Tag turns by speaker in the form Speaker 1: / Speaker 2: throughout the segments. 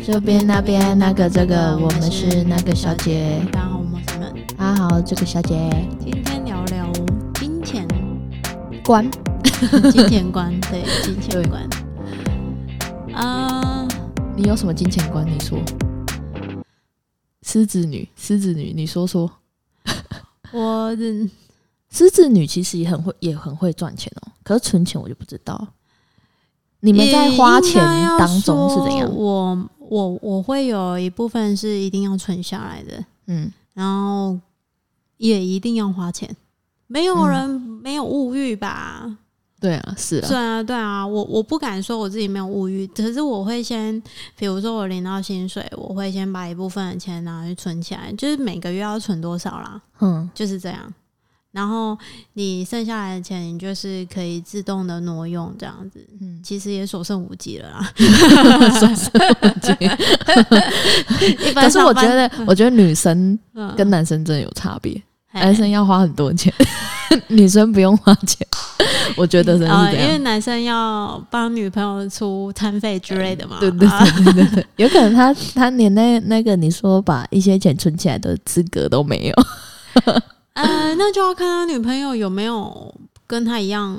Speaker 1: 这边那边那个这个，我们是那个小姐。
Speaker 2: 大家好，我是们
Speaker 1: 大家好，这个小姐。
Speaker 2: 今天聊聊金钱
Speaker 1: 关。
Speaker 2: 金钱观，对金钱观。 啊、
Speaker 1: 你有什么金钱观？你说。狮子女，狮子女，你说说。
Speaker 2: 我嗯的
Speaker 1: 狮子女其实也很会，也很会赚钱哦。可是存钱我就不知道。你们在花钱当中是怎
Speaker 2: 也应该要
Speaker 1: 样
Speaker 2: 说？我我我会有一部分是一定要存下来的，
Speaker 1: 嗯，
Speaker 2: 然后也一定要花钱。没有
Speaker 1: 嗯
Speaker 2: 人没有物欲吧？
Speaker 1: 对啊，是啊
Speaker 2: 对，啊，对啊，我我不敢说我自己没有物欲，可是我会先，比如说我领到薪水，我会先把一部分的钱拿去存起来，就是每个月要存多少啦，
Speaker 1: 嗯
Speaker 2: 就是这样。然后你剩下来的钱，你就是可以自动的挪用这样子，
Speaker 1: 嗯，
Speaker 2: 其实也所剩无几了啦。
Speaker 1: 算是我觉得
Speaker 2: 一般
Speaker 1: 可是我
Speaker 2: 上
Speaker 1: 觉
Speaker 2: 班，
Speaker 1: 得，我觉得女生
Speaker 2: 嗯
Speaker 1: 跟男生真的有差别。
Speaker 2: 嘿
Speaker 1: 男生要花很多钱， 女生不用花钱。我觉得真的
Speaker 2: 呃
Speaker 1: 是这
Speaker 2: 因为
Speaker 1: 样。
Speaker 2: 男生要帮女朋友出餐费之类的嘛，
Speaker 1: 对对
Speaker 2: 啊
Speaker 1: 对对对，有可能他他连那那个你说把一些钱存起来的资格都没有。
Speaker 2: 呃，那就要看他女朋友有没有跟他一样，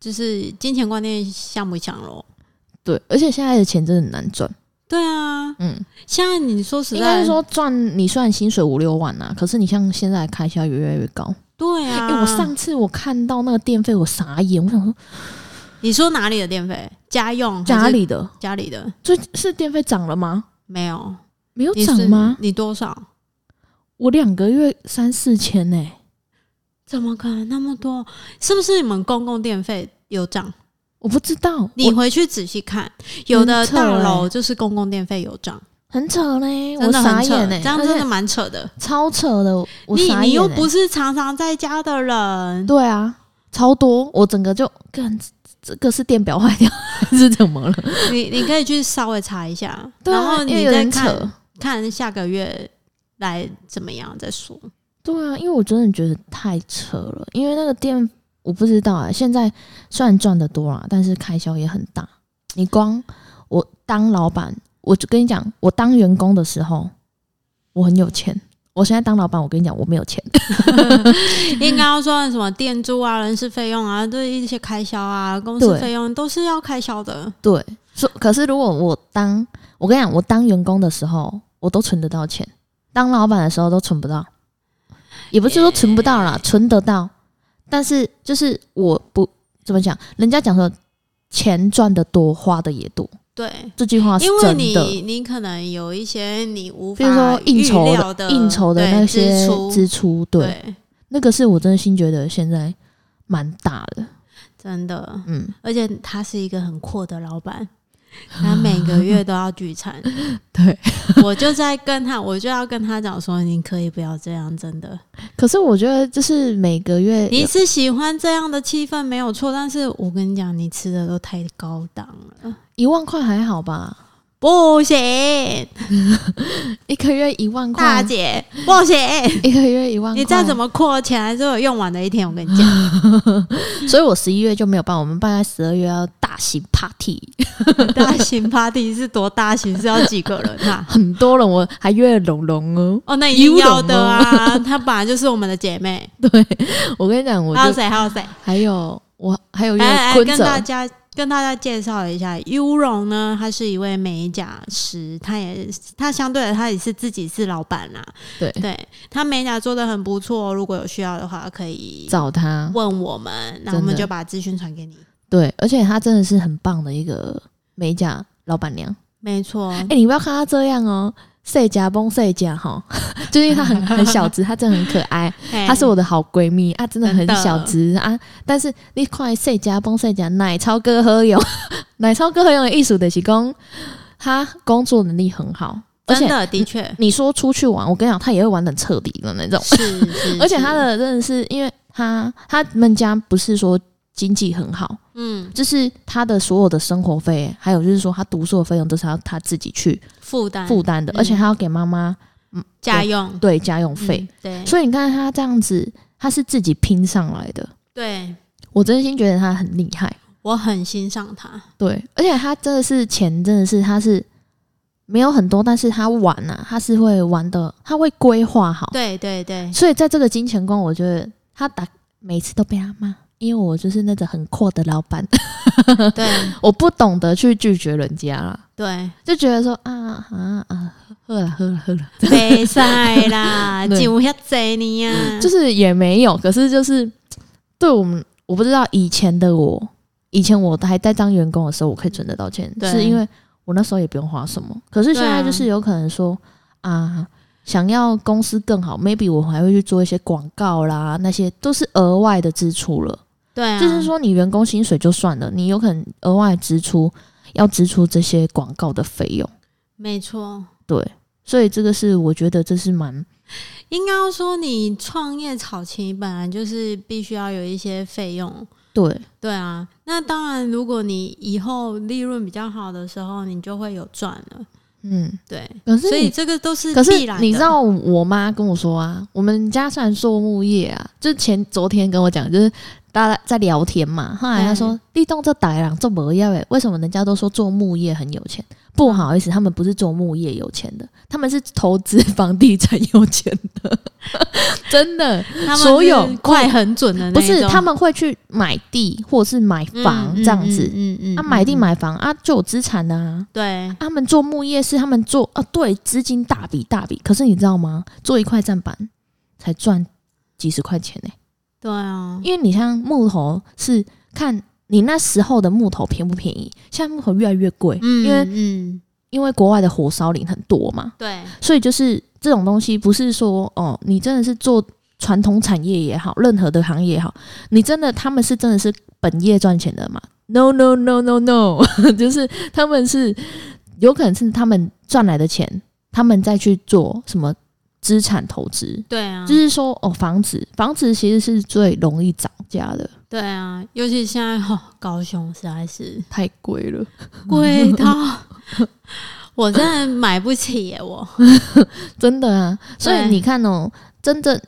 Speaker 2: 就是金钱观念像不像咯。
Speaker 1: 对，而且现在的钱真的很难赚。
Speaker 2: 对啊，
Speaker 1: 嗯，
Speaker 2: 现在你说实
Speaker 1: 应该
Speaker 2: 在
Speaker 1: 是，说赚，你虽然薪水五六万啊，可是你像现在的开销也越来越高。
Speaker 2: 对啊，
Speaker 1: 哎、我上次我看到那个电费，我傻眼，我想说
Speaker 2: 你说哪里的电费？家用还是
Speaker 1: 家里的
Speaker 2: 家里的
Speaker 1: 最是电费涨了吗？
Speaker 2: 没有
Speaker 1: 没有
Speaker 2: 你
Speaker 1: 涨
Speaker 2: 是
Speaker 1: 吗？
Speaker 2: 你多少？
Speaker 1: 我两个月三四千呢、
Speaker 2: 怎么可能那么多？是不是你们公共电费有涨？
Speaker 1: 我不知道，
Speaker 2: 你回去仔细看，有的
Speaker 1: 很扯欸
Speaker 2: 大楼就是公共电费有涨，
Speaker 1: 很扯嘞，我
Speaker 2: 真的
Speaker 1: 傻
Speaker 2: 很扯，
Speaker 1: 眼嘞、欸
Speaker 2: 这样
Speaker 1: 而
Speaker 2: 真
Speaker 1: 且
Speaker 2: 的蛮扯的。
Speaker 1: 超扯的，我
Speaker 2: 你
Speaker 1: 傻眼、欸。
Speaker 2: 你又不是常常在家的人，
Speaker 1: 对啊，超多，我整个就干这这个是电表坏掉 还是怎么了？
Speaker 2: 你你可以去稍微查一下，
Speaker 1: 对啊
Speaker 2: 然后
Speaker 1: 因为
Speaker 2: 你
Speaker 1: 有
Speaker 2: 再
Speaker 1: 点扯
Speaker 2: 看。看下个月来怎么样再 说。
Speaker 1: 对啊，因为我真的觉得太扯了，因为那个电我不知道啊、现在虽然赚的多啦，但是开销也很大。你光我当老板，我就跟你讲，我当员工的时候我很有钱，我现在当老板，我跟你讲我没有钱。
Speaker 2: 应该要说什么店租啊、人事费用啊，这一些开销啊、公司
Speaker 1: 对
Speaker 2: 费用都是要开销的。
Speaker 1: 对，说可是如果我当我跟你讲，我当员工的时候，我都存得到钱；当老板的时候都存不到，也不是说存不到啦，存得到，但是就是我不怎么讲，人家讲说钱赚的多，花的也多，
Speaker 2: 对，
Speaker 1: 这句话是
Speaker 2: 因
Speaker 1: 啊
Speaker 2: 为
Speaker 1: 真
Speaker 2: 你
Speaker 1: 的。
Speaker 2: 你可能有一些你无
Speaker 1: 比如
Speaker 2: 法
Speaker 1: 说应酬
Speaker 2: 预料的
Speaker 1: 应酬的
Speaker 2: 对
Speaker 1: 那些
Speaker 2: 支出，
Speaker 1: 支出，对，
Speaker 2: 对，
Speaker 1: 那个是我真心觉得现在蛮大的，
Speaker 2: 真的。
Speaker 1: 嗯，
Speaker 2: 而且他是一个很阔的老板，他每个月都要 聚餐。
Speaker 1: 对，
Speaker 2: 我就在跟他，我就要跟他讲说，你可以不要这样，真的。
Speaker 1: 可是我觉得就是每个月
Speaker 2: 你是喜欢这样的气氛没有错，但是我跟你讲，你吃的都太高档了，
Speaker 1: 一万块还好吧，
Speaker 2: 不行，
Speaker 1: 一个月一万
Speaker 2: 大
Speaker 1: 块，
Speaker 2: 姐，不行，
Speaker 1: 一个月一万块，
Speaker 2: 你再怎么扩钱，还是有用完的一天。我跟你 讲，
Speaker 1: 所以我十一月就没有办，我们办在十二月要大型 party，
Speaker 2: 大型 party 是多大型？是要几个人 啊？
Speaker 1: 很多人，我还约了龙龙哦。
Speaker 2: 哦，那一定要的啊，她本来就是我们的姐妹。
Speaker 1: 我跟你讲，我
Speaker 2: 还有
Speaker 1: 就
Speaker 2: 谁？还有谁？
Speaker 1: 还有我还有约
Speaker 2: 啊哎
Speaker 1: 了
Speaker 2: 哎，
Speaker 1: 坤
Speaker 2: 跟
Speaker 1: 泽，
Speaker 2: 大家跟大家介绍一下，U 荣呢，他是一位美甲师，他也他相对的他也是自己是老板啊啦、
Speaker 1: 对
Speaker 2: 对他美甲做的很不错哦，如果有需要的话可以
Speaker 1: 找他，
Speaker 2: 问我们，然后我
Speaker 1: 真
Speaker 2: 们
Speaker 1: 的
Speaker 2: 就把资讯传给你。
Speaker 1: 对，而且他真的是很棒的一个美甲老板娘。
Speaker 2: 没错，
Speaker 1: 哎、你不要看他这样哦，赛甲崩赛甲哈， 就是因为他很很小只，他真的很可爱，
Speaker 2: 嘿
Speaker 1: 她是我的好闺蜜啊，真的很
Speaker 2: 嗯真的
Speaker 1: 小只啊。但是你看谁家帮谁家奶超哥喝泳， 奶超哥喝泳的艺术的是讲他工作能力很好，而且
Speaker 2: 真的 的确
Speaker 1: 你说出去玩，我跟你讲，他也会玩得很彻底的那种。
Speaker 2: 是，是
Speaker 1: 而且他
Speaker 2: 是
Speaker 1: 的真的是，因为他他们家不是说经济很好，
Speaker 2: 嗯
Speaker 1: 就是他的所有的生活费，还有就是说他读书的费用都是要他自己去
Speaker 2: 负担
Speaker 1: 负担的，而且他要给妈妈
Speaker 2: 家用
Speaker 1: 对家用费
Speaker 2: 嗯。对
Speaker 1: 所以你看他这样子，他是自己拼上来的。
Speaker 2: 对，
Speaker 1: 我真心觉得他很厉害，哦
Speaker 2: 我很欣赏他，
Speaker 1: 对，而且他真的是钱，真的是他是没有很多，但是他玩啊，他是会玩的，他会规划好。
Speaker 2: 对 对对，
Speaker 1: 所以在这个金钱观，我觉得他打每次都被他骂，因为我就是那种很阔的老板，
Speaker 2: 对
Speaker 1: 我不懂得去拒绝人家啦，
Speaker 2: 对，
Speaker 1: 就觉得说啊啊啊，喝了喝了喝了，
Speaker 2: 没晒 啦，
Speaker 1: 对嗯
Speaker 2: 酒遐济呢啊，
Speaker 1: 就是也没有，可是就是对我们，我不知道以前的我，以前我还在当员工的时候，我可以存得到钱，
Speaker 2: 对
Speaker 1: 是因为我那时候也不用花什么。可是现在
Speaker 2: 对啊
Speaker 1: 就是有可能说啊。想要公司更好，maybe 我还会去做一些广告啦，那些都是额外的支出了。
Speaker 2: 对啊，
Speaker 1: 就是说，你员工薪水就算了，你有可能额外支出要支出这些广告的费用，
Speaker 2: 没错。
Speaker 1: 对，所以这个是我觉得这是蛮
Speaker 2: 应该要说，你创业早期本来就是必须要有一些费用，
Speaker 1: 对
Speaker 2: 对啊。那当然，如果你以后利润比较好的时候，你就会有赚了，
Speaker 1: 嗯。
Speaker 2: 对。
Speaker 1: 可是
Speaker 2: 所以
Speaker 1: 你，
Speaker 2: 这个都是
Speaker 1: 可是
Speaker 2: 必然的
Speaker 1: 你知道我妈跟我说啊，我们家虽然做木业啊，就是前昨天跟我讲，就是大家在聊天嘛，后来她
Speaker 2: 嗯
Speaker 1: 说地动这歹人做不业诶，为什么人家都说做木业很有钱？不好意思，他们不是做木业有钱的，他们是投资房地产有钱的， 真的。
Speaker 2: 他们
Speaker 1: 所有
Speaker 2: 是快很准的那
Speaker 1: 不
Speaker 2: 一种，
Speaker 1: 是他们会去买地或者是买房
Speaker 2: 嗯
Speaker 1: 这样子，
Speaker 2: 嗯嗯嗯嗯
Speaker 1: 啊，买地
Speaker 2: 嗯
Speaker 1: 买房啊就有资产的啊。
Speaker 2: 对，
Speaker 1: 他们做木业是他们做啊，对，资金大笔大笔。可是你知道吗？做一块站板才赚几十块钱呢、
Speaker 2: 对啊，
Speaker 1: 因为你像木头是看你那时候的木头便不便宜，现在木头越来越贵，
Speaker 2: 嗯，
Speaker 1: 因为
Speaker 2: 嗯，
Speaker 1: 因为国外的火烧林很多嘛，
Speaker 2: 对
Speaker 1: 所以就是这种东西，不是说哦，你真的是做传统产业也好，任何的行业也好，你真的他们是真的是本业赚钱的嘛？No No No No No，就是 他们是有可能是他们赚来的钱，他们再去做什么资产投资，
Speaker 2: 对啊，
Speaker 1: 就是说哦，房子，房子其实是最容易涨价的，
Speaker 2: 对啊，尤其现在哦，高雄实在是
Speaker 1: 太贵了，
Speaker 2: 贵到我真的买不起耶，我
Speaker 1: 真的啊。所以
Speaker 2: 对
Speaker 1: 你看哦，真正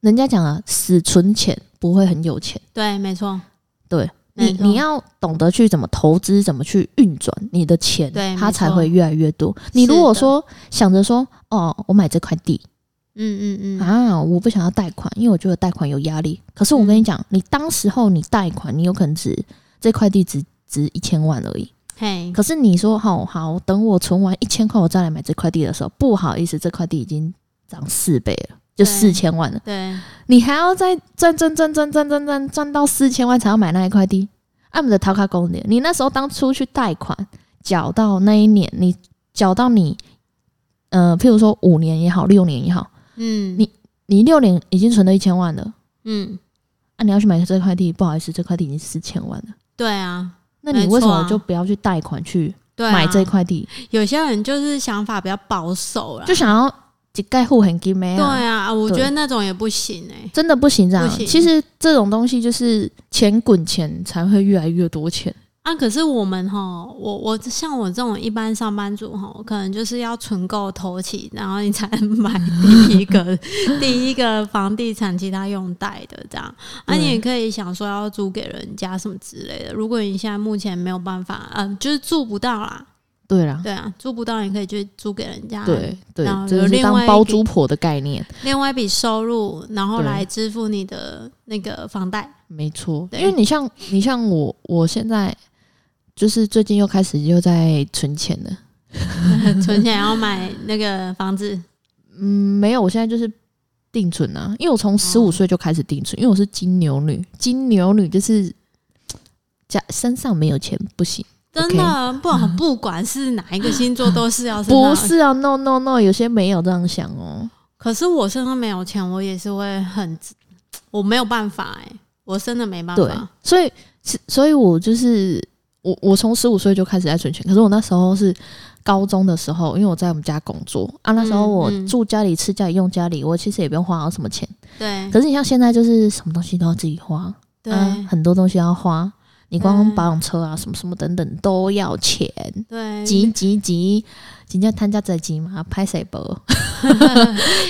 Speaker 1: 人家讲啊，死存钱不会很有钱。
Speaker 2: 对，没错，
Speaker 1: 对
Speaker 2: 没
Speaker 1: 你
Speaker 2: 错，
Speaker 1: 你要懂得去怎么投资，怎么去运转你的钱
Speaker 2: 对，
Speaker 1: 它
Speaker 2: 没
Speaker 1: 才
Speaker 2: 错
Speaker 1: 会越来越多。你如
Speaker 2: 是
Speaker 1: 果
Speaker 2: 的
Speaker 1: 说想着说，哦，我买这块地
Speaker 2: 嗯嗯嗯，
Speaker 1: 啊，我不想要贷款，因为我觉得贷款有压力。可是我
Speaker 2: 嗯
Speaker 1: 跟你讲，你当时候你贷款，你有可能只这块地只值一千万而已。
Speaker 2: 嘿，
Speaker 1: 可是你说，好好，等我存完一千块，我再来买这块地的时候，不好意思，这块地已经涨四倍了，就
Speaker 2: 对
Speaker 1: 四千万了。
Speaker 2: 对
Speaker 1: 你还要再赚赚赚赚赚赚赚赚到四千万才要买那一块地，啊按我们的淘卡公点，你那时候当初去贷款缴到那一年，你缴到你，呃，譬如说五年也好，六年也好，
Speaker 2: 嗯，
Speaker 1: 你你六年已经存了一千万了，
Speaker 2: 嗯，
Speaker 1: 啊，你要去买这块地，不好意思，这块地已经四千万了，
Speaker 2: 对啊，
Speaker 1: 那你
Speaker 2: 没错
Speaker 1: 为什么
Speaker 2: 啊
Speaker 1: 就不要去贷款去
Speaker 2: 对啊，
Speaker 1: 买这块地，
Speaker 2: 有些人就是想法比较保守啦
Speaker 1: 就，想要一概户很金没
Speaker 2: 对
Speaker 1: 啊？
Speaker 2: 啊，我觉
Speaker 1: 对
Speaker 2: 得那种也不行哎，
Speaker 1: 真的不行这样
Speaker 2: 不，行
Speaker 1: 其实这种东西就是钱滚钱才会越来越多钱，
Speaker 2: 啊，可是我们哈，我我像我这种一般上班族哈，可能就是要存够头期，然后你才能买第一 个第一个房地产，其他用贷的这样。啊，你也可以想说要租给人家什么之类的。如果你现在目前没有办法，呃，就是住不到啦，
Speaker 1: 对啦。
Speaker 2: 对啊，住不到，你可以去租给人家，
Speaker 1: 嗯对对
Speaker 2: 然，后
Speaker 1: 这
Speaker 2: 有
Speaker 1: 就是
Speaker 2: 另外
Speaker 1: 当
Speaker 2: 一
Speaker 1: 包
Speaker 2: 个
Speaker 1: 租婆的概念，
Speaker 2: 另外一笔收入，然后
Speaker 1: 对
Speaker 2: 来支付你的那个房贷。
Speaker 1: 没错。
Speaker 2: 对
Speaker 1: 因为你像你像我，我现在就是最近又开始又在存钱了。
Speaker 2: 存钱要买那个 房子，
Speaker 1: 嗯，没有，我现在就是定存啊，因为我从十
Speaker 2: 哦
Speaker 1: 五岁就开始定存，因为我是金牛女，金牛女就是家身上没有钱不行，
Speaker 2: 真的不管不管是哪一个星座，都是要身上
Speaker 1: 嗯不。是啊，no no no，有些没有这样想哦。
Speaker 2: 可是我身上没有钱，我也是会很，我没有办法哎、我真的没办
Speaker 1: 对
Speaker 2: 法。，
Speaker 1: 所以是，所以我就是我，我从十五岁就开始在存钱。可是我那时候是高中的时候，因为我在我们家工作啊，那时候
Speaker 2: 嗯
Speaker 1: 我
Speaker 2: 嗯
Speaker 1: 住家里、吃家里、用家里，我其实也不用花到什么钱。
Speaker 2: 对
Speaker 1: 可是你像现在，就是什么东西都要自己花，
Speaker 2: 嗯对、
Speaker 1: 啊很多东西要花，你光
Speaker 2: 嗯
Speaker 1: 保养车啊、什么什么等等都要钱，
Speaker 2: 对，
Speaker 1: 急急急！人家摊家在急嘛，拍谁 不？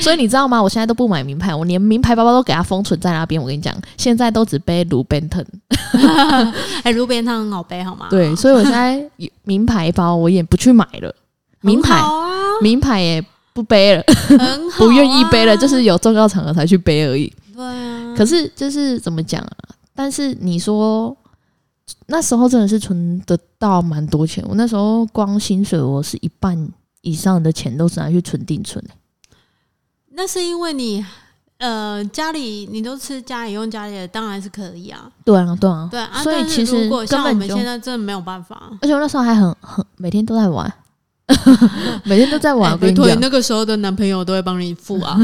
Speaker 1: 所以你知道吗？我现在都不买名牌，我连名牌包包都给它封存在那边。我跟你讲，现在都只背卢宾腾。
Speaker 2: 哎，路边摊很好背好吗？
Speaker 1: 对，所以我现在名牌包我也不去买了，名牌
Speaker 2: 很好啊，
Speaker 1: 名牌也不背 了，
Speaker 2: 很好、啊，
Speaker 1: 不愿意背了，就是有重要场合才去背而已。
Speaker 2: 对啊。
Speaker 1: 可是就是怎么讲啊？但是你说那时候真的是存得到蛮多钱，我那时候光薪水我是一半以上的钱都是拿去存定存、欸
Speaker 2: 那是因为你呃家里你都吃家里用家里的，当然是可以啊。
Speaker 1: 对啊，对啊，
Speaker 2: 对啊，
Speaker 1: 所以
Speaker 2: 但是
Speaker 1: 其实
Speaker 2: 如果
Speaker 1: 根
Speaker 2: 像我
Speaker 1: 本
Speaker 2: 们
Speaker 1: 就
Speaker 2: 现在真的没有办法。
Speaker 1: 而且我那时候还很很每天都在 玩，每天都在玩。
Speaker 2: 哎
Speaker 1: 我跟你
Speaker 2: 拜托
Speaker 1: 讲，
Speaker 2: 那个时候的男朋友都会帮你付啊。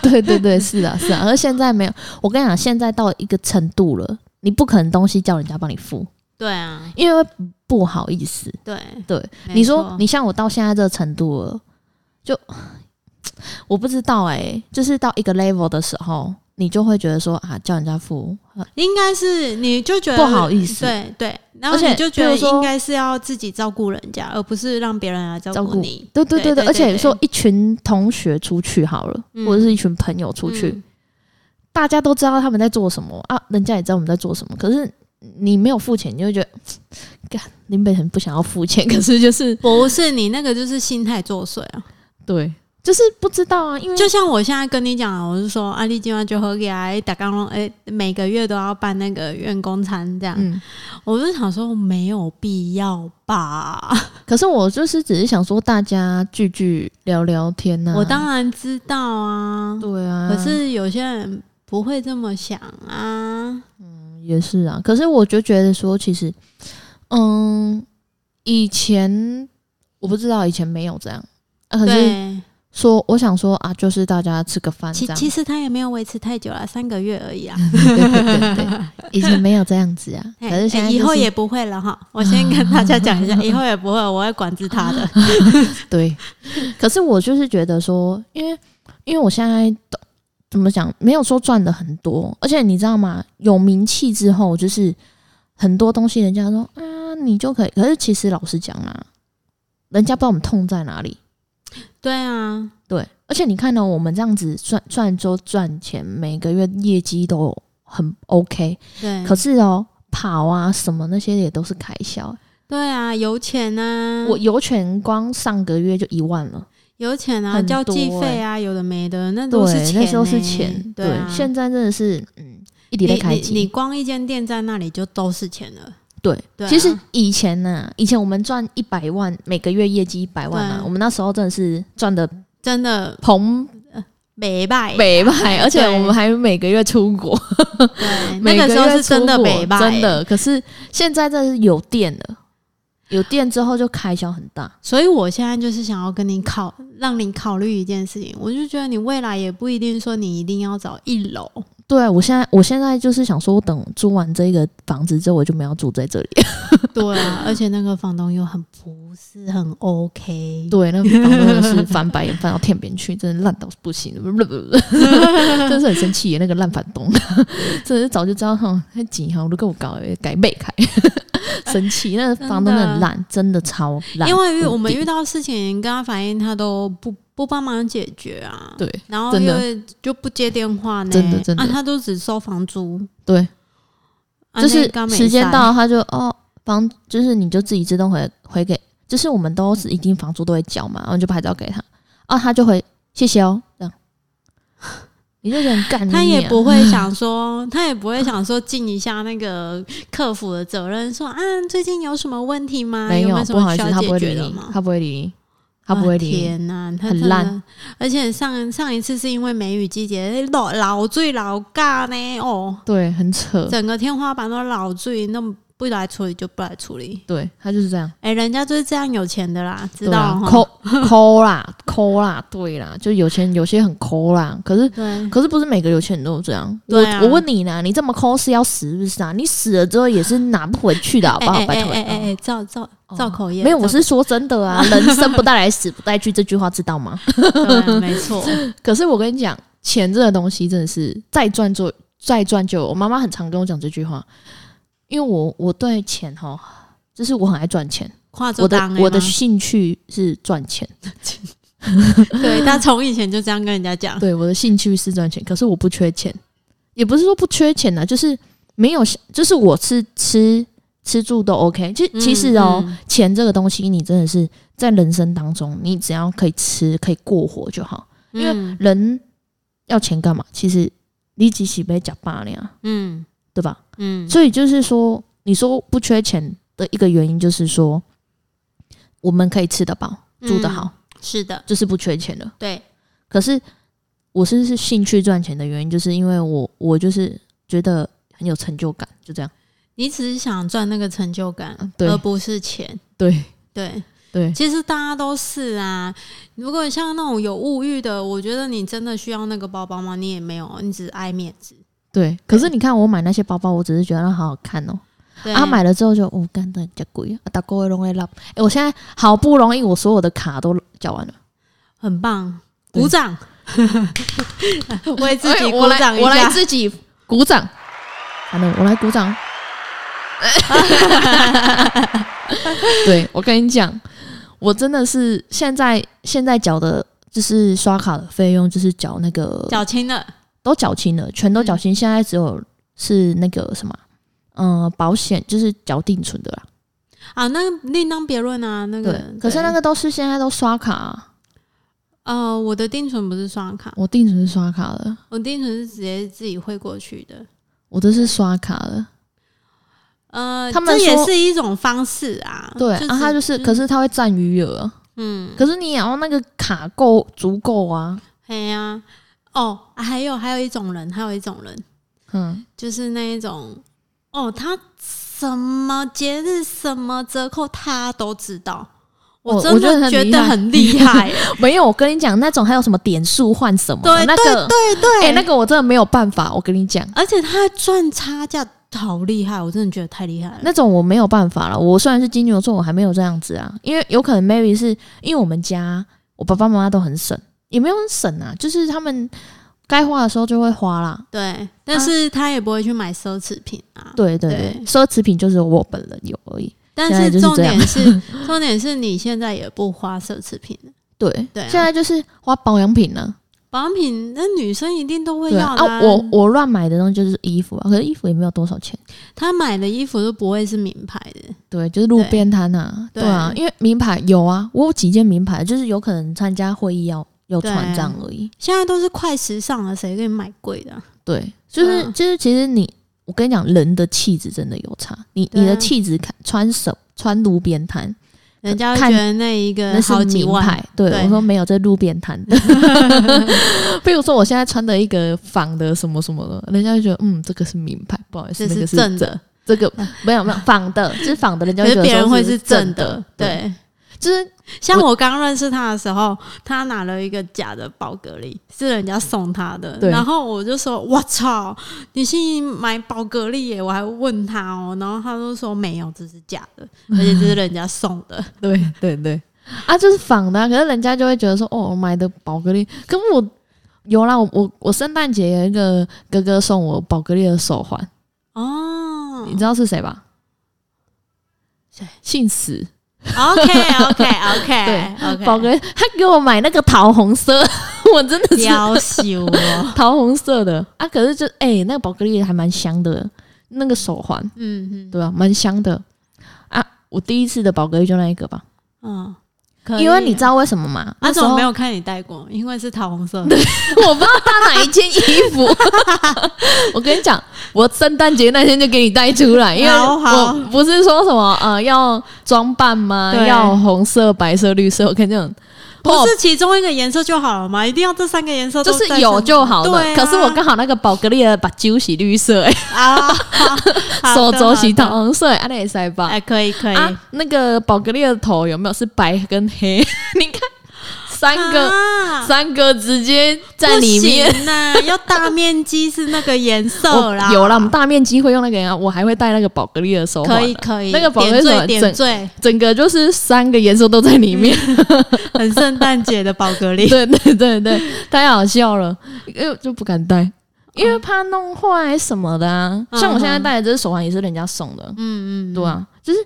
Speaker 1: 对对对，是啊是啊。而现在没有，我跟你讲，现在到一个程度了，你不可能东西叫人家帮你付，
Speaker 2: 对啊，
Speaker 1: 因为不好意思。
Speaker 2: 对，
Speaker 1: 对，
Speaker 2: 没
Speaker 1: 你说
Speaker 2: 错
Speaker 1: 你像我到现在这个程度了，就我不知道哎、就是到一个 level 的时候，你就会觉得说啊，叫人家付啊
Speaker 2: 应该是你就觉得
Speaker 1: 不好意思
Speaker 2: 对对，然后
Speaker 1: 而且
Speaker 2: 你就觉
Speaker 1: 比
Speaker 2: 得
Speaker 1: 如说
Speaker 2: 应该是要自己照顾人家，而不是让别人来照
Speaker 1: 照
Speaker 2: 顾
Speaker 1: 顾
Speaker 2: 你。
Speaker 1: 对对对
Speaker 2: 对
Speaker 1: 对，
Speaker 2: 对
Speaker 1: 而且
Speaker 2: 对
Speaker 1: 说一群同学出去好了，
Speaker 2: 嗯
Speaker 1: 或者是一群朋友出去，
Speaker 2: 嗯
Speaker 1: 大家都知道他们在做什么啊，人家也知道我们在做什么，可是你没有付钱，你就会觉得，干林北很不想要付钱，可是就是
Speaker 2: 不是你那个就是心态作祟啊。
Speaker 1: 对，就是不知道啊，因为
Speaker 2: 就像我现在跟你讲啊，我是说，安利今晚就喝给哎打刚龙哎，每个月都要办那个员工餐这样，
Speaker 1: 嗯，
Speaker 2: 我就想说没有必要吧。
Speaker 1: 可是我就是只是想说大家聚聚聊聊天呐、
Speaker 2: 我当然知道啊，
Speaker 1: 对啊，
Speaker 2: 可是有些人不会这么想啊。
Speaker 1: 也是啊，可是我就觉得说，其实，嗯，以前我不知道以前没有这样，啊、可是。
Speaker 2: 对，
Speaker 1: 说我想说啊，就是大家吃个饭这
Speaker 2: 其
Speaker 1: 样，
Speaker 2: 其实他也没有维持太久了，三个月而已啊。
Speaker 1: 对对对对，以前没有这样子啊，嗯可
Speaker 2: 嘿
Speaker 1: 是现在、
Speaker 2: 哎
Speaker 1: 就是、
Speaker 2: 以后也不会了哈。我先跟大家 讲一下，以后也不会，我会管制他的。
Speaker 1: 对。可是我就是觉得说，因为因为我现在懂怎么讲，没有说赚的很多，而且你知道吗？有名气之后，就是很多东西人家说啊，你就可以。可是其实老实讲啊，人家不知道我们痛在哪里。
Speaker 2: 对啊，
Speaker 1: 对，而且你看呢，我们这样子赚赚周赚钱，每个月业绩都很 OK，
Speaker 2: 对，
Speaker 1: 可是哦，跑啊什么那些也都是开销。
Speaker 2: 对啊，油钱啊，
Speaker 1: 我油钱光上个月就一万了，
Speaker 2: 油钱啊，
Speaker 1: 很
Speaker 2: 交际
Speaker 1: 多
Speaker 2: 费
Speaker 1: 欸
Speaker 2: 啊，有的没的，那都
Speaker 1: 对
Speaker 2: 是，钱、欸，
Speaker 1: 那时候是钱，
Speaker 2: 对啊。
Speaker 1: 现在真的是嗯，一
Speaker 2: 你
Speaker 1: 滴在开
Speaker 2: 你你
Speaker 1: 机。
Speaker 2: 光一间店在那里就都是钱了，
Speaker 1: 对，
Speaker 2: 对啊
Speaker 1: 其实以前呢、以前我们赚一百万，每个月业绩一百万啊
Speaker 2: 对，
Speaker 1: 我们那时候真的是赚的
Speaker 2: 真的
Speaker 1: 澎
Speaker 2: 北拜，
Speaker 1: 北 派，而且
Speaker 2: 对
Speaker 1: 我们还每个月出国，
Speaker 2: 对， 那
Speaker 1: 每
Speaker 2: 个时候
Speaker 1: 月
Speaker 2: 是真的
Speaker 1: 出国
Speaker 2: 北拜，
Speaker 1: 真。的。可是现在真的是有电了，有电之后就开销很大。
Speaker 2: 所以我现在就是想要跟你考，让你考虑一件事情，我就觉得你未来也不一定说你一定要找一 楼，
Speaker 1: 对，我现在我现在就是想说，我等租完这个房子之后，我就没有住在这里。
Speaker 2: 对啊，而且那个房东又很不是很 OK，
Speaker 1: 对，那房东真的是翻白眼翻到天边去，真的烂到不行， 真是很生气耶。那个烂房东， 真的是早就知道哈，太紧哈，都跟我搞耶改背开， 生气。那个房东真的很烂，真的超烂。
Speaker 2: 因为遇我们
Speaker 1: 无敌
Speaker 2: 遇到事情跟他反映，他都不不帮忙解决啊，
Speaker 1: 对
Speaker 2: 然后
Speaker 1: 真
Speaker 2: 因
Speaker 1: 的
Speaker 2: 为就不接电话呢，
Speaker 1: 真的真的
Speaker 2: 啊，他都只收房租，
Speaker 1: 对，
Speaker 2: 啊
Speaker 1: 就是时间，
Speaker 2: 那个
Speaker 1: 到他就哦房，就是你就自己自动回回给，就是我们都是一定房租都会缴嘛，然后就拍照给他，啊，他就回谢谢哦，这样。你就想干你
Speaker 2: 没塞他也
Speaker 1: 啊
Speaker 2: 不会想说，他也不会想说尽一下那个客服的责任，说啊，最近有什么问题吗？
Speaker 1: 没
Speaker 2: 啊有，
Speaker 1: 有
Speaker 2: 没有，什
Speaker 1: 不好
Speaker 2: 么
Speaker 1: 意
Speaker 2: 需
Speaker 1: 思，他
Speaker 2: 要
Speaker 1: 不
Speaker 2: 解
Speaker 1: 会理
Speaker 2: 决的
Speaker 1: 你
Speaker 2: 吗，？
Speaker 1: 他不会理你，他不会理
Speaker 2: 啊
Speaker 1: 你。
Speaker 2: 天呐、他
Speaker 1: 很
Speaker 2: 真的
Speaker 1: 烂。
Speaker 2: 而且上上一次是因为梅雨季节，老老醉老尬呢，哦，
Speaker 1: 对，很扯。
Speaker 2: 整个天花板都老醉，那么不来处理就不来处理。
Speaker 1: 对他就是这样，
Speaker 2: 哎、人家就是这样有钱的啦，知
Speaker 1: 对啊啦，
Speaker 2: 道哈？
Speaker 1: 抠抠啦，抠啦，对啦，就有钱有些很抠啦，可是
Speaker 2: 对，
Speaker 1: 可是不是每个有钱人都有这样。我
Speaker 2: 对啊
Speaker 1: 我问你呢，你这么抠是要死是不是啊？你死了之后也是拿不回去的，好
Speaker 2: 哎
Speaker 1: 不好？
Speaker 2: 哎
Speaker 1: 拜托哦
Speaker 2: 哎。哎哎，造造造口业，
Speaker 1: 没有，我
Speaker 2: 造
Speaker 1: 是说真的啊，人生不带来，死不带去，这句话知道 吗？
Speaker 2: 对，啊没 错，
Speaker 1: 可是我跟你讲，钱这个东西真的是再赚就再赚就有。我妈妈很常跟我讲这句话，因为我我对钱哈，就是我很爱赚钱，
Speaker 2: 跨州
Speaker 1: 我的
Speaker 2: 当
Speaker 1: 我的兴趣是赚钱，
Speaker 2: 对，他从以前就这样跟人家讲，
Speaker 1: 对，我的兴趣是赚钱，可是我啊不缺钱，也不是说不缺钱呢、就是没有，就是我是吃吃住都 OK。其
Speaker 2: 嗯
Speaker 1: 其实哦，
Speaker 2: 嗯
Speaker 1: 钱这个东西，你真的是在人生当中，你只要可以吃、可以过活就好。因为
Speaker 2: 嗯
Speaker 1: 人要钱干嘛？其实你只是被假罢了，
Speaker 2: 嗯
Speaker 1: 对吧？
Speaker 2: 嗯
Speaker 1: 所以就是说，你说不缺钱的一个原因，就是说我们可以吃得饱、住
Speaker 2: 嗯
Speaker 1: 得好，
Speaker 2: 是的，
Speaker 1: 这是不缺钱的。
Speaker 2: 对，
Speaker 1: 可是我是是兴趣赚钱的原因，就是因为我我就是觉得很有成就感，就这样。
Speaker 2: 你只是想赚那个成就感，
Speaker 1: 对
Speaker 2: 而不是钱。
Speaker 1: 对
Speaker 2: 对，
Speaker 1: 嗯呃对，
Speaker 2: 其实大家都是啊。如果像那种有物欲的，我觉得你真的需要那个包包吗？你也没有，你只是爱面子。
Speaker 1: 对，可是你看我买那些包包，我只是觉得它好好看哦、
Speaker 2: 对
Speaker 1: 啊，买了之后就哦，干的假贵啊，打勾会容易浪。哎、我现在好不容易我所有的卡都缴完了，
Speaker 2: 很棒，
Speaker 1: 对
Speaker 2: 鼓掌，为自己
Speaker 1: 哎
Speaker 2: 鼓掌
Speaker 1: 我来，
Speaker 2: 一
Speaker 1: 我来
Speaker 2: 下。
Speaker 1: 自己鼓掌。好了，我来鼓掌。 对，我跟你讲，我真的是现在现在缴的，就是刷卡的费用，就是缴那个
Speaker 2: 小青的，
Speaker 1: 都缴清了，全都缴
Speaker 2: 嗯
Speaker 1: 清。现在只有是那个什么，嗯、保险就是缴定存的啦。
Speaker 2: 啊，那另当别论啊。那
Speaker 1: 对
Speaker 2: 个，，
Speaker 1: 可是
Speaker 2: 对
Speaker 1: 那个都是现在都刷卡啊、
Speaker 2: 呃，我的定存不是刷卡，
Speaker 1: 我定存是刷卡的，
Speaker 2: 我定存是直接自己汇过去的。
Speaker 1: 我都是刷卡的。
Speaker 2: 呃，
Speaker 1: 他们
Speaker 2: 这也
Speaker 1: 说
Speaker 2: 是一种方式啊。
Speaker 1: 对，啊，它就是，可是它会占余额啊。
Speaker 2: 嗯，
Speaker 1: 可是你也要那个卡够足够啊。
Speaker 2: 嘿呀、哦，还有还有一种人，还有一种人，
Speaker 1: 嗯，
Speaker 2: 就是那一种，哦，他什么节日、什么折扣他都知道，
Speaker 1: 哦
Speaker 2: 真
Speaker 1: 我觉得
Speaker 2: 的
Speaker 1: 很
Speaker 2: 觉
Speaker 1: 厉
Speaker 2: 得
Speaker 1: 害
Speaker 2: 很厉 害。
Speaker 1: 没有，我跟你讲，那种还有什么点数换什么的
Speaker 2: 对
Speaker 1: 那个，
Speaker 2: 对对，
Speaker 1: 哎、那个我真的没有办法。我跟你讲，
Speaker 2: 而且他还赚差价，好厉害！我真的觉得太厉害了。
Speaker 1: 那种我没有办法了。我虽然是金牛座，我还没有这样子啊，因为有可能 maybe 是因为我们家我爸爸妈妈都很省，也没有很省啊，就是他们该花的时候就会花啦。
Speaker 2: 对，但是他也不会去买奢侈品啊。
Speaker 1: 对对对，
Speaker 2: 对
Speaker 1: 奢侈品就是我本人有而已。
Speaker 2: 但
Speaker 1: 现在就是
Speaker 2: 重
Speaker 1: 这样
Speaker 2: 点是，重点是你现在也不花奢侈品了
Speaker 1: 对，
Speaker 2: 对啊
Speaker 1: 现在就是花保养品呢、
Speaker 2: 保养品那女生一定都会
Speaker 1: 对
Speaker 2: 要的、
Speaker 1: 啊，我我乱买的东西就是衣服啊，可是衣服也没有多少钱。
Speaker 2: 她买的衣服都不会是名牌的，
Speaker 1: 对，就是路边摊啊，
Speaker 2: 对
Speaker 1: 对啊，因为名牌有啊，我有几件名牌，就是有可能参加会议要要
Speaker 2: 对
Speaker 1: 穿这样而已。
Speaker 2: 现在都是快时尚了，谁给你买贵的啊、
Speaker 1: 对，就是、
Speaker 2: 嗯
Speaker 1: 就是，其实你，我跟你讲，人的气质真的有差。你
Speaker 2: 对啊
Speaker 1: 你的气质看穿什穿路边摊，
Speaker 2: 人家会
Speaker 1: 呃看
Speaker 2: 觉得那一
Speaker 1: 那
Speaker 2: 个
Speaker 1: 是
Speaker 2: 啊好几
Speaker 1: 名
Speaker 2: 万
Speaker 1: 牌。。对
Speaker 2: 对
Speaker 1: 我说没有，这路边摊 的。比如说我现在穿的一个仿的什么什么的，人家就觉得嗯，这个是名牌，不好意思，
Speaker 2: 这
Speaker 1: 那
Speaker 2: 是
Speaker 1: 个
Speaker 2: 正的，
Speaker 1: 这个没有没有仿的，就是仿的，人家
Speaker 2: 可
Speaker 1: 会觉得
Speaker 2: 是别人
Speaker 1: 说
Speaker 2: 会
Speaker 1: 是
Speaker 2: 正
Speaker 1: 的
Speaker 2: 的。，对，
Speaker 1: 就是
Speaker 2: 像我刚认识他的时候，他拿了一个假的宝格丽，是人家送他的。
Speaker 1: 对
Speaker 2: 然后我就说：“我操，你去买宝格丽耶！”我还问他哦，然后他就说：“没有，这是假的，而且这是人家送的。
Speaker 1: 对对对，啊，就是仿的啊、可是人家就会觉得说，哦，我买的宝格丽，可是我有啦，我我我圣诞节有一个哥哥送我宝格丽的手环，”
Speaker 2: 哦
Speaker 1: 你知道是谁吧？
Speaker 2: 谁？
Speaker 1: 姓史，
Speaker 2: ，OK OK OK
Speaker 1: 对
Speaker 2: OK，
Speaker 1: 宝格丽，他给我买那个桃红色， 我真的是
Speaker 2: 要求哦，
Speaker 1: 桃红色的啊。可是就哎、那个宝格丽还蛮香的，那个手环，
Speaker 2: 嗯嗯
Speaker 1: 对吧、蛮香的啊。我第一次的宝格丽就那一个吧，
Speaker 2: 嗯，可以
Speaker 1: 因为你知。道为什么吗？
Speaker 2: 啊，
Speaker 1: 那时
Speaker 2: 怎么
Speaker 1: 候
Speaker 2: 没有看你戴过？因为是桃红色的，
Speaker 1: 我不知道搭哪一件衣 服。我跟你讲，我圣诞节那天就给你带出来，因为
Speaker 2: 好好
Speaker 1: 我不是说什么呃要装扮吗？
Speaker 2: 对
Speaker 1: 要红色、白色、绿色，我跟你讲，哦
Speaker 2: 不是其中一个颜色就好了吗？一定要这三个颜色都
Speaker 1: 就
Speaker 2: 在
Speaker 1: 是有
Speaker 2: 身
Speaker 1: 就
Speaker 2: 上
Speaker 1: 好了。
Speaker 2: 对啊
Speaker 1: 可是我刚好那个宝格丽的把揪洗绿色、欸，
Speaker 2: 啊，好 好
Speaker 1: 手
Speaker 2: 的
Speaker 1: 肘
Speaker 2: 好
Speaker 1: 洗
Speaker 2: 的
Speaker 1: 桃红色、欸，安内塞吧。
Speaker 2: 哎，可以可以，
Speaker 1: 啊，那个宝格丽的头有没有是白跟黑？ 你看三个、
Speaker 2: 啊
Speaker 1: 三个直接在里面。
Speaker 2: 不行呐、要大面积是那个颜
Speaker 1: 我
Speaker 2: 色啦，
Speaker 1: 有啦，我们大面积会用那个呀，啊我还会戴那个宝格丽的手环
Speaker 2: 可
Speaker 1: 啊，
Speaker 2: 以可以，
Speaker 1: 那个宝贝
Speaker 2: 点
Speaker 1: 手
Speaker 2: 缀
Speaker 1: 环
Speaker 2: 点
Speaker 1: 整
Speaker 2: 缀，
Speaker 1: 整个就是三个颜色都在里 面，
Speaker 2: 很圣诞节的宝格丽，
Speaker 1: 对对对对，太好笑了，因为就不敢戴，因为怕弄坏什么的啊。
Speaker 2: 嗯
Speaker 1: 像我现在戴的这只手环也是人家送的，
Speaker 2: 嗯嗯，
Speaker 1: 对啊，就是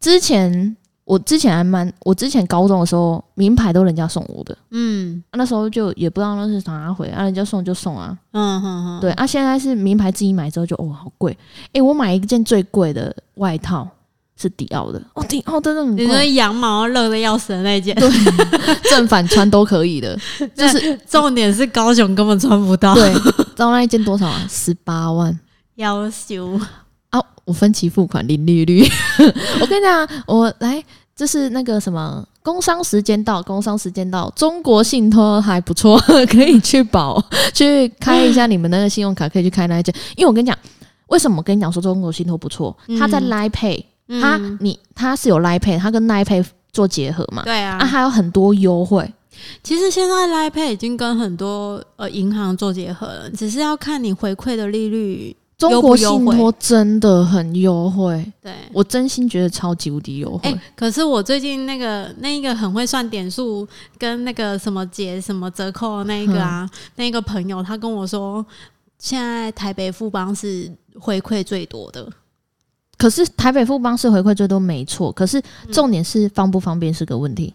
Speaker 1: 之前我之前还蛮，我之前高中的时候名牌都人家送我的，
Speaker 2: 嗯
Speaker 1: 啊那时候就也不知道那是啥回，啊人家送就送啊，
Speaker 2: 嗯嗯嗯，
Speaker 1: 对啊，现在是名牌自己买之后就哦好贵，诶、我买一件最贵的外套，是迪奥的，哦，迪奥真的很
Speaker 2: 你说
Speaker 1: 贵，
Speaker 2: 羊毛热的要死的那件，
Speaker 1: 正反穿都可以的，就是
Speaker 2: 重点是高雄根本穿不到，
Speaker 1: 对，知道那一件多少啊？十八万
Speaker 2: 要修
Speaker 1: 啊！我分期付款，零利率。 我跟你讲，啊我来，这是那个什么。工商时间到，工商时间到，中国信托还不错， 可以去保去开一下你们那个信用卡，可以去开那一件。因为我跟你讲，为什么我跟你讲说中国信托不错？它在
Speaker 2: 嗯
Speaker 1: Line Pay，它你它是有 Line Pay，它跟 Line Pay 做结合嘛？
Speaker 2: 对啊
Speaker 1: 啊，还有很多优惠，
Speaker 2: 其实现在 Line Pay 已经跟很多呃银行做结合了，只是要看你回馈的利率。
Speaker 1: 中
Speaker 2: 优
Speaker 1: 国
Speaker 2: 不优
Speaker 1: 信
Speaker 2: 惠
Speaker 1: 托真的很优惠，
Speaker 2: 对，
Speaker 1: 我真心觉得超级无敌优惠。
Speaker 2: 哎、可是我最近那个那一个很会算点数跟那个什么节什么折扣的那一个啊，
Speaker 1: 嗯
Speaker 2: 那一个朋友他跟我说，现在台北富邦是回馈最多的。
Speaker 1: 可是台北富邦是回馈最多没错，可是
Speaker 2: 嗯
Speaker 1: 重点是方不方便是个问题。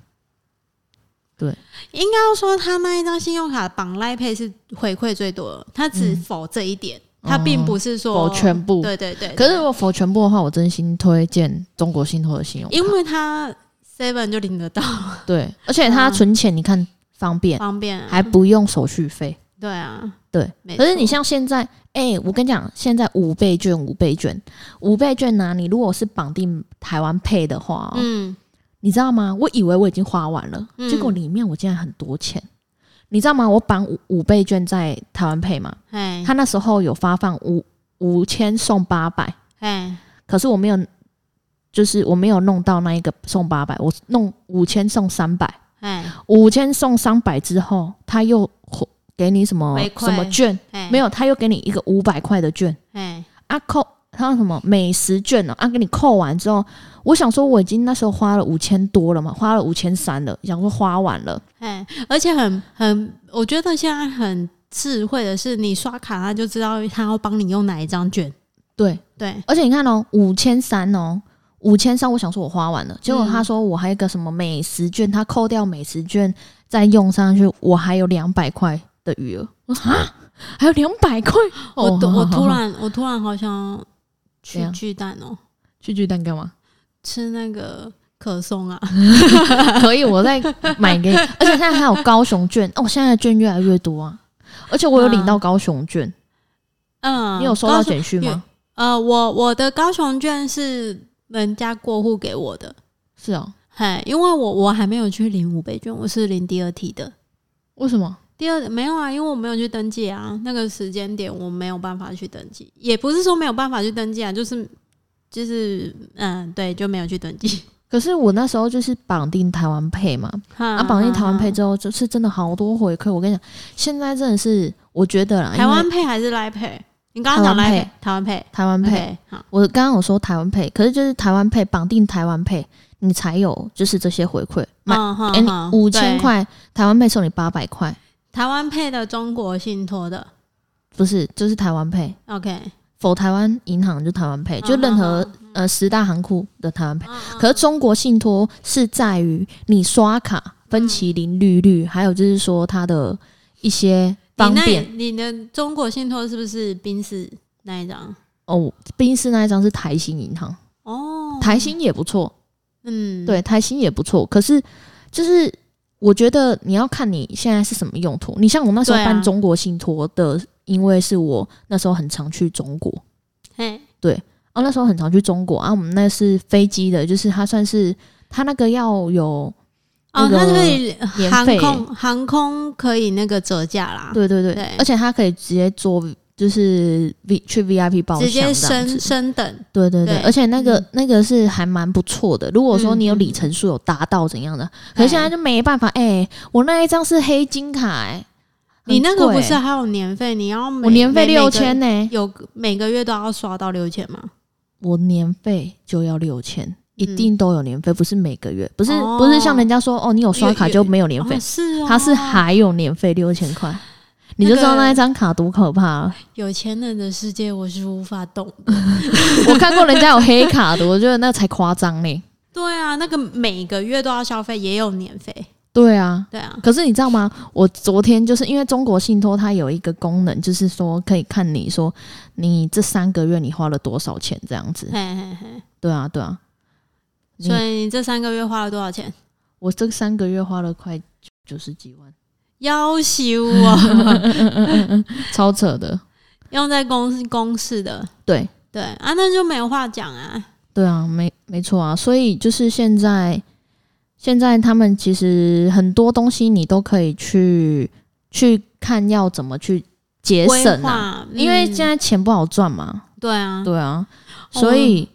Speaker 2: 应该要说他那一张信用卡绑 Line Pay 是回馈最多的，他
Speaker 1: 嗯
Speaker 2: 只
Speaker 1: 哦
Speaker 2: 否这一点，他并不是说
Speaker 1: 否全部
Speaker 2: 对对对，
Speaker 1: 可是如果否全部的话，我真心推荐中国信托的信用卡，
Speaker 2: 因为他 Seven 就领得到，
Speaker 1: 对，而且它
Speaker 2: 啊
Speaker 1: 存钱你看方便，
Speaker 2: 方便啊
Speaker 1: 还不用手续费，
Speaker 2: 对啊，
Speaker 1: 对。
Speaker 2: 没
Speaker 1: 可是你
Speaker 2: 错
Speaker 1: 像现在，哎、我跟你讲，现在五倍券，五倍券，五倍券呢、你如果是绑定台湾配的话、哦，
Speaker 2: 嗯，
Speaker 1: 你知道吗？我以为我已经花完了，
Speaker 2: 嗯
Speaker 1: 结果里面我竟然很多钱。你知道吗？我绑五五倍券在台湾配嘛，
Speaker 2: 哎
Speaker 1: 他那时候有发放五五千送八百，
Speaker 2: 哎
Speaker 1: 可是我没有，就是我没有弄到那一个送八百，我弄五千送三百，
Speaker 2: 哎
Speaker 1: 五千送三百之后，他又给你什么
Speaker 2: 回馈
Speaker 1: 什么券？
Speaker 2: 哎，
Speaker 1: 没
Speaker 2: 有
Speaker 1: 有，他又给你一个五百块的券。
Speaker 2: 哎
Speaker 1: 啊扣，他有什么美食券呢、啊？给你扣完之后，我想说我已经那时候花了五千多了嘛，花了五千三了，想说花完了，
Speaker 2: 哎，而且很很，我觉得现在很智慧的是，你刷卡他就知道他要帮你用哪一张券，
Speaker 1: 对，
Speaker 2: 对，
Speaker 1: 而且你看哦，五千三哦。五千三，我想说我花完了，结果他说我还有一个什么美食券，他扣掉美食券再用上去，我还有两百块的余额。我说啊，还有两百块，
Speaker 2: 我
Speaker 1: 哦
Speaker 2: 突
Speaker 1: 好
Speaker 2: 我
Speaker 1: 好
Speaker 2: 突
Speaker 1: 好
Speaker 2: 然我突然好想
Speaker 1: 怎
Speaker 2: 去
Speaker 1: 样
Speaker 2: 巨蛋哦，
Speaker 1: 去巨蛋干嘛？
Speaker 2: 吃那个可颂啊，
Speaker 1: 可以，我再买给你。而且现在还有高雄券，哦，现在的券越来越多啊。而且我有领到高雄券，
Speaker 2: 嗯，
Speaker 1: 你有收到
Speaker 2: 啊高雄
Speaker 1: 简讯吗？
Speaker 2: 呃，我我的高雄券是人家过户给我的，
Speaker 1: 是哦，
Speaker 2: 嘿，因为我我还没有去领五倍券，我是领第二梯的。
Speaker 1: 为什么？
Speaker 2: 第二没有啊，因为我没有去登记啊，那个时间点我没有办法去登记，也不是说没有办法去登记啊，就是就是嗯，对，就没有去登记。
Speaker 1: 可是我那时候就是绑定台湾配嘛，
Speaker 2: 啊
Speaker 1: 啊，绑定台湾配
Speaker 2: 配，
Speaker 1: 之后，就是真的好多回馈。我跟你讲，现在真的是，我觉得啊啦，因为
Speaker 2: 台湾配还是来配？你刚刚讲来配，台湾配，
Speaker 1: 台湾配，
Speaker 2: OK，好，
Speaker 1: 我刚刚有说台湾配，可是就是台湾配绑定台湾配，你才有就是这些回馈，买
Speaker 2: 嗯哼
Speaker 1: 给你
Speaker 2: 哼
Speaker 1: 五千
Speaker 2: 对
Speaker 1: 块，台湾配送你八百块，
Speaker 2: 台湾配的中国信托的
Speaker 1: 不是，就是台湾配。
Speaker 2: ，OK，
Speaker 1: 否台湾银行就台湾配，就
Speaker 2: 嗯
Speaker 1: 任何、
Speaker 2: 嗯
Speaker 1: 呃十大行库的台湾配。可是中国信托是在于你刷卡分期零利率，还有就是说它的一些
Speaker 2: 你
Speaker 1: 方
Speaker 2: 那
Speaker 1: 便
Speaker 2: 你的中国信托是不是宾士那一张？
Speaker 1: 哦。毕竟是那一张是台新银行，
Speaker 2: 哦，
Speaker 1: 台新也不错，
Speaker 2: 嗯，
Speaker 1: 对，台新也不错。可是就是我觉得你要看你现在是什么用途。你像我那时候
Speaker 2: 对啊
Speaker 1: 办中国信托的，因为是我那时候很常去中国，
Speaker 2: 嘿，
Speaker 1: 哦，那时候很常去中国啊，我们那是飞机的，就是它算是它那个要有，那
Speaker 2: 哦，
Speaker 1: 个
Speaker 2: 它可以
Speaker 1: 年
Speaker 2: 呃航
Speaker 1: 费
Speaker 2: 空航空可以那个折价啦，
Speaker 1: 对对对，
Speaker 2: 对
Speaker 1: 而且它可以直接做就是 V 去 VIP 包厢
Speaker 2: 直接
Speaker 1: 这样
Speaker 2: 升
Speaker 1: 子，
Speaker 2: 升等，
Speaker 1: 对对对，
Speaker 2: 对
Speaker 1: 而且那个、
Speaker 2: 嗯
Speaker 1: 那个是还蛮不错的。如果说你有
Speaker 2: 嗯嗯
Speaker 1: 里程数有达到怎样的，可是现在
Speaker 2: 对
Speaker 1: 就没办法，哎、我那一张是黑金卡、哎，
Speaker 2: 你那个
Speaker 1: 很贵
Speaker 2: 不是还有年费？你要每
Speaker 1: 我年费
Speaker 2: 每每
Speaker 1: 六
Speaker 2: 个
Speaker 1: 千呢，
Speaker 2: 有每个月都要刷到六千吗？
Speaker 1: 我年费就要六千。一
Speaker 2: 嗯
Speaker 1: 定都有年费，不是每个月，不是、
Speaker 2: 哦
Speaker 1: 不是像人家说哦，你有刷
Speaker 2: 有
Speaker 1: 卡
Speaker 2: 有
Speaker 1: 就没有年费
Speaker 2: 哦，是哦，
Speaker 1: 他是还有年费六千块，你
Speaker 2: 那
Speaker 1: 就
Speaker 2: 个
Speaker 1: 知道那一张卡多可怕 了。
Speaker 2: 有钱人的世界，我是无法懂的。
Speaker 1: 我看过人家有黑卡的，我觉得那才夸张呢。
Speaker 2: 对啊，那个每个月都要消费，也有年费，
Speaker 1: 对啊，
Speaker 2: 对啊，
Speaker 1: 可是你知道吗？我昨天就是因为中国信托它有一个功能，就是说可以看你说你这三个月你花了多少钱这样子。
Speaker 2: 嘿嘿嘿，
Speaker 1: 对啊，对啊。你
Speaker 2: 哎所以你这三个月花了多少钱？
Speaker 1: 我这三个月花了快九十几万，
Speaker 2: 要求 啊，
Speaker 1: 超扯的。
Speaker 2: 用在公司公事的，
Speaker 1: 对
Speaker 2: 对啊，那就没有话讲啊。
Speaker 1: 对啊，没没错啊。所以就是现在，现在他们其实很多东西你都可以去去看要怎么去节
Speaker 2: 规
Speaker 1: 省啊，
Speaker 2: 划，
Speaker 1: 因为
Speaker 2: 嗯
Speaker 1: 现在钱不好赚嘛。
Speaker 2: 对啊，
Speaker 1: 对啊，
Speaker 2: 哦
Speaker 1: 所以。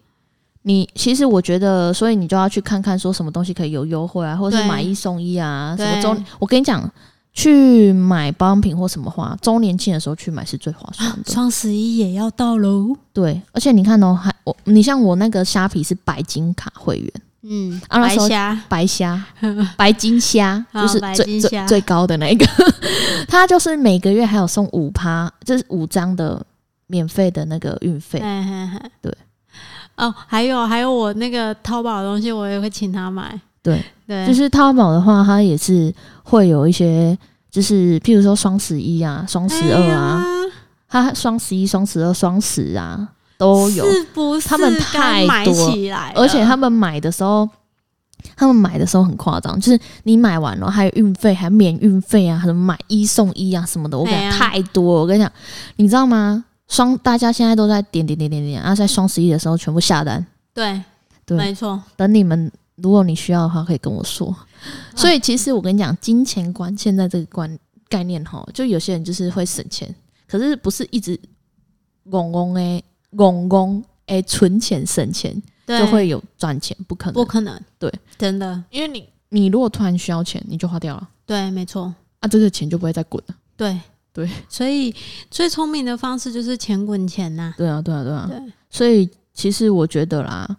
Speaker 1: 你其实我觉得，所以你就要去看看说什么东西可以有优惠啊，或者是
Speaker 2: 对
Speaker 1: 买一送一啊，什么
Speaker 2: 对
Speaker 1: 周年。我跟你讲，去买保养品或什么花，周年庆的时候去买是最划算的。
Speaker 2: 双十一也要到喽。
Speaker 1: 对，而且你看哦，还我你像我那个虾皮是白金卡会员，
Speaker 2: 嗯，
Speaker 1: 啊那
Speaker 2: 白
Speaker 1: 时候
Speaker 2: 虾，
Speaker 1: 白虾、 白金虾
Speaker 2: 啊
Speaker 1: 就是
Speaker 2: 白
Speaker 1: 最
Speaker 2: 金
Speaker 1: 最
Speaker 2: 虾
Speaker 1: 最高的那一个， 它就是每个月还有送五趴，就是五张的免费的那个运费。
Speaker 2: 嘿嘿嘿
Speaker 1: 对。
Speaker 2: 哦，还有还有，我那个淘宝的东西我也会请他买。
Speaker 1: 对
Speaker 2: 对，
Speaker 1: 就是淘宝的话，它也是会有一些，就是譬如说双十一啊、双十二啊，
Speaker 2: 哎呀
Speaker 1: 它双十一、双十二、双十啊都有。
Speaker 2: 是不是
Speaker 1: 他们
Speaker 2: 该
Speaker 1: 太
Speaker 2: 买
Speaker 1: 多
Speaker 2: 起来了？
Speaker 1: 而且他们买的时候，他们买的时候很夸张，就是你买完了还有运费，还免运费啊，什么买一送一啊什么的，我跟你讲
Speaker 2: 哎呀
Speaker 1: 太多了。我跟你讲，你知道吗？双大家现在都在点点点点点，然后在双十一的时候全部下单。
Speaker 2: 对，
Speaker 1: 对
Speaker 2: 没错，
Speaker 1: 等你们，如果你需要的话，可以跟我说。所以其实我跟你讲，金钱观现在这个观概念哈，就有些人就是会省钱，可是不是一直拱拱诶拱拱诶存钱省钱
Speaker 2: 对，
Speaker 1: 就会有赚钱，不可能。
Speaker 2: 不可能，
Speaker 1: 对，
Speaker 2: 真的，
Speaker 1: 因为你你如果突然需要钱，你就花掉了
Speaker 2: 对，没错，
Speaker 1: 啊，这个钱就不会再滚了。
Speaker 2: 对
Speaker 1: 对，
Speaker 2: 所以最聪明的方式就是钱滚钱呐、
Speaker 1: 对啊，对啊，对啊。
Speaker 2: 对，
Speaker 1: 所以其实我觉得啦，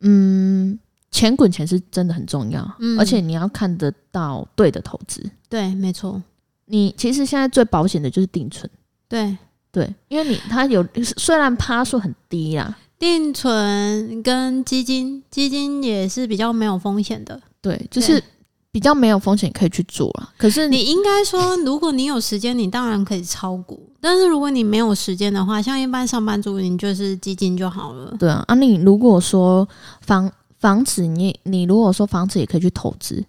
Speaker 1: 嗯，钱滚钱是真的很重要，
Speaker 2: 嗯
Speaker 1: 而且你要看得到对的投资。
Speaker 2: 对，没错，
Speaker 1: 你其实现在最保险的就是定存，
Speaker 2: 对，
Speaker 1: 对，因为你它有虽然趴数很低啦，
Speaker 2: 定存跟基金，基金也是比较没有风险的。
Speaker 1: 对，就是
Speaker 2: 对
Speaker 1: 比较没有风险可以去做啦。可是
Speaker 2: 你应该说，如果你有时间，你当然可以炒股；但是如果你没有时间的话，像一般上班族，你就是基金就好了。
Speaker 1: 对啊，啊，你如果说房房子你，你如果说房子也可以去投资，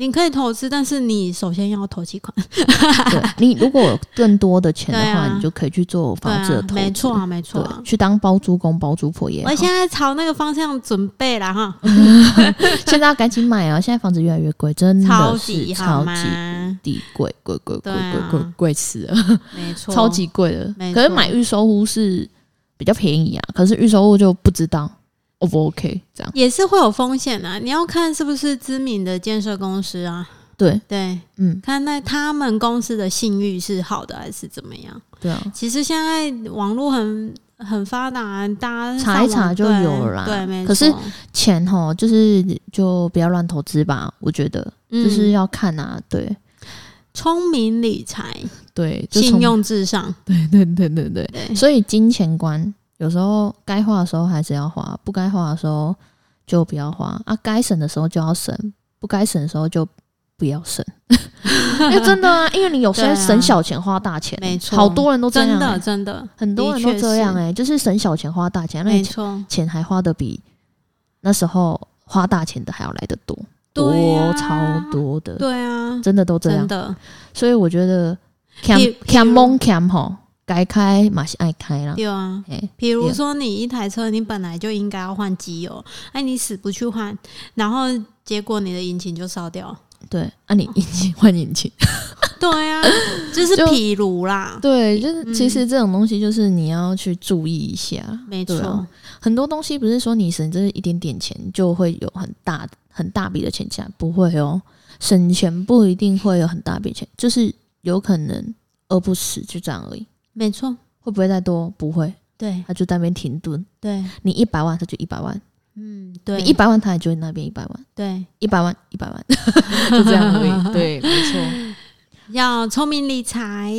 Speaker 2: 你可以投资，但是你首先要投几款。
Speaker 1: 对你如果有更多的钱的话，
Speaker 2: 对啊
Speaker 1: 你就可以去做
Speaker 2: 对
Speaker 1: 房
Speaker 2: 啊
Speaker 1: 子哦的投资，
Speaker 2: 没错啊，没错、啊
Speaker 1: 对，。去当包租公、包租婆也好
Speaker 2: 我。现在朝那个方向准备了哈，
Speaker 1: 现在要赶紧买啊！现在房子越来越贵，真
Speaker 2: 超
Speaker 1: 的
Speaker 2: 级
Speaker 1: 嗯是
Speaker 2: 好
Speaker 1: 超
Speaker 2: 吗
Speaker 1: 级？地贵，贵贵贵
Speaker 2: 对
Speaker 1: 贵
Speaker 2: 啊
Speaker 1: 贵贵死了，
Speaker 2: 没错，
Speaker 1: 超级贵的
Speaker 2: 没。
Speaker 1: 可是
Speaker 2: 错
Speaker 1: 买预售屋是比较便宜啊，可是预售屋就不知道 O 不 OK 这样。
Speaker 2: 也是会有风险啊。你要看是不是知名的建设公司啊，
Speaker 1: 对，
Speaker 2: 对，
Speaker 1: 嗯，
Speaker 2: 看那他们公司的信誉是好的还是怎么样。
Speaker 1: 对啊，
Speaker 2: 其实现在网络很很发达啊，大家
Speaker 1: 查一
Speaker 2: 上网
Speaker 1: 查就
Speaker 2: 对
Speaker 1: 有了啦
Speaker 2: 对，没错。
Speaker 1: 可是钱吼就是就不要乱投资吧，我觉得就是
Speaker 2: 嗯
Speaker 1: 要看啊，对
Speaker 2: 聪明理财，
Speaker 1: 对，就
Speaker 2: 信
Speaker 1: 从
Speaker 2: 用至上。
Speaker 1: 对对对对
Speaker 2: 对
Speaker 1: 所以金钱观有时候该花的时候还是要花，不该花的时候就不要花啊，该省的时候就要省，不该省的时候就不要省。 因为真的啊，因为你有些
Speaker 2: 对啊
Speaker 1: 省小钱花大钱，
Speaker 2: 没错
Speaker 1: 好多人都这样、
Speaker 2: 真
Speaker 1: 欸
Speaker 2: 的，真的，
Speaker 1: 很多人都这样哎、就是省小钱花大钱，那
Speaker 2: 没
Speaker 1: 你
Speaker 2: 错，
Speaker 1: 钱还花的比那时候花大钱的还要来得多，
Speaker 2: 对啊
Speaker 1: 多超多的，
Speaker 2: 对啊，
Speaker 1: 真的都这样
Speaker 2: 真。的，
Speaker 1: 所以我觉得 cam
Speaker 2: 譬
Speaker 1: cam
Speaker 2: 譬如
Speaker 1: mon cam 吼，该开马是爱开啦。
Speaker 2: 对啊。
Speaker 1: 哎，
Speaker 2: 比如
Speaker 1: 对
Speaker 2: 说，你一台车，你本来就应该要换机油，哎，你死不去换，然后结果你的引擎就烧掉。
Speaker 1: 对，啊，你引擎换引擎，
Speaker 2: 对 啊，就是
Speaker 1: 就
Speaker 2: 譬如啦，
Speaker 1: 对，就是
Speaker 2: 嗯
Speaker 1: 其实这种东西就是你要去注意一下，
Speaker 2: 没
Speaker 1: 对
Speaker 2: 错
Speaker 1: 啊，很多东西不是说你省这一点点钱就会有很大很大笔的钱下来，不会哦，省钱不一定会有很大笔钱，就是有可能饿不死就这样而已，
Speaker 2: 没错，
Speaker 1: 会不会再多？不会，
Speaker 2: 对
Speaker 1: 他就在那边停顿，
Speaker 2: 对，
Speaker 1: 你一百万他就一百万，
Speaker 2: 嗯，
Speaker 1: 你
Speaker 2: 对，
Speaker 1: 一百万他也就那边一百万。
Speaker 2: 对，
Speaker 1: 一百万，一百万， 就这样而已。 对，没错。
Speaker 2: 要聪明理财，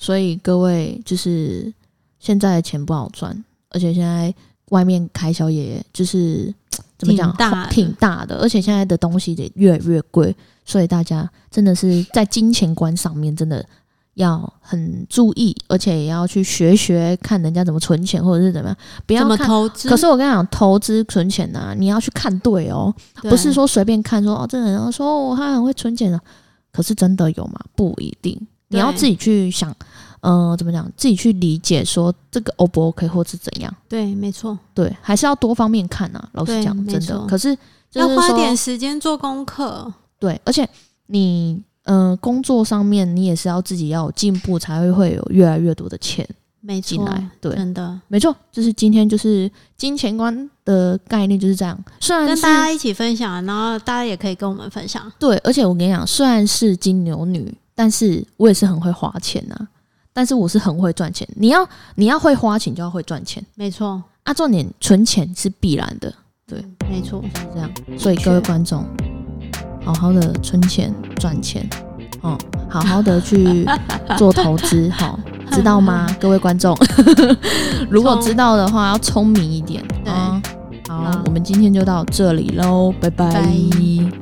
Speaker 1: 所以各位就是现在的钱不好赚，而且现在外面开销也就是怎么讲，
Speaker 2: 挺大的
Speaker 1: 花挺大的，而且现在的东西也越来越贵，所以大家真的是在金钱观上面真的要很注意，而且也要去学学看人家怎么存钱，或者是怎么样，不
Speaker 2: 怎
Speaker 1: 要
Speaker 2: 么
Speaker 1: 看。
Speaker 2: 投资？
Speaker 1: 可是我跟你讲，投资存钱呐、你要去看对哦，
Speaker 2: 对啊
Speaker 1: 不是说随便看说哦，这个人说哦他很会存钱啊，可是真的有吗？不一定，你要自己去想，呃，怎么讲，自己去理解说这个 O 不 OK 或是怎样，
Speaker 2: 对，没错，
Speaker 1: 对，还是要多方面看啊。老实
Speaker 2: 对
Speaker 1: 讲，
Speaker 2: 没
Speaker 1: 真
Speaker 2: 错
Speaker 1: 的，可是就
Speaker 2: 要
Speaker 1: 是
Speaker 2: 花
Speaker 1: 说
Speaker 2: 点时间做功课。
Speaker 1: 对，而且你嗯、呃工作上面你也是要自己要有进步，才会会有越来越多的钱
Speaker 2: 没
Speaker 1: 进
Speaker 2: 错，
Speaker 1: 来。对，
Speaker 2: 真的
Speaker 1: 没错，就是今天就是金钱观的概念就是这样。虽然
Speaker 2: 跟
Speaker 1: 是
Speaker 2: 大家一起分享，然后大家也可以跟我们分享。
Speaker 1: 对，而且我跟你讲，虽然是金牛女，但是我也是很会花钱呐、但是我是很会赚钱，你要你要会花钱，就要会赚钱
Speaker 2: 没错，
Speaker 1: 啊。重点存钱是必然的，对
Speaker 2: 嗯，没错，
Speaker 1: 是这样。所以各位观众，好好的存钱赚钱，哦，好好的去做投资，好、知道吗？各位观众， 如果
Speaker 2: 聪
Speaker 1: 知道的话，要聪明一点。
Speaker 2: 对
Speaker 1: 哦好
Speaker 2: 好，
Speaker 1: 我们今天就到这里喽，拜拜
Speaker 2: 拜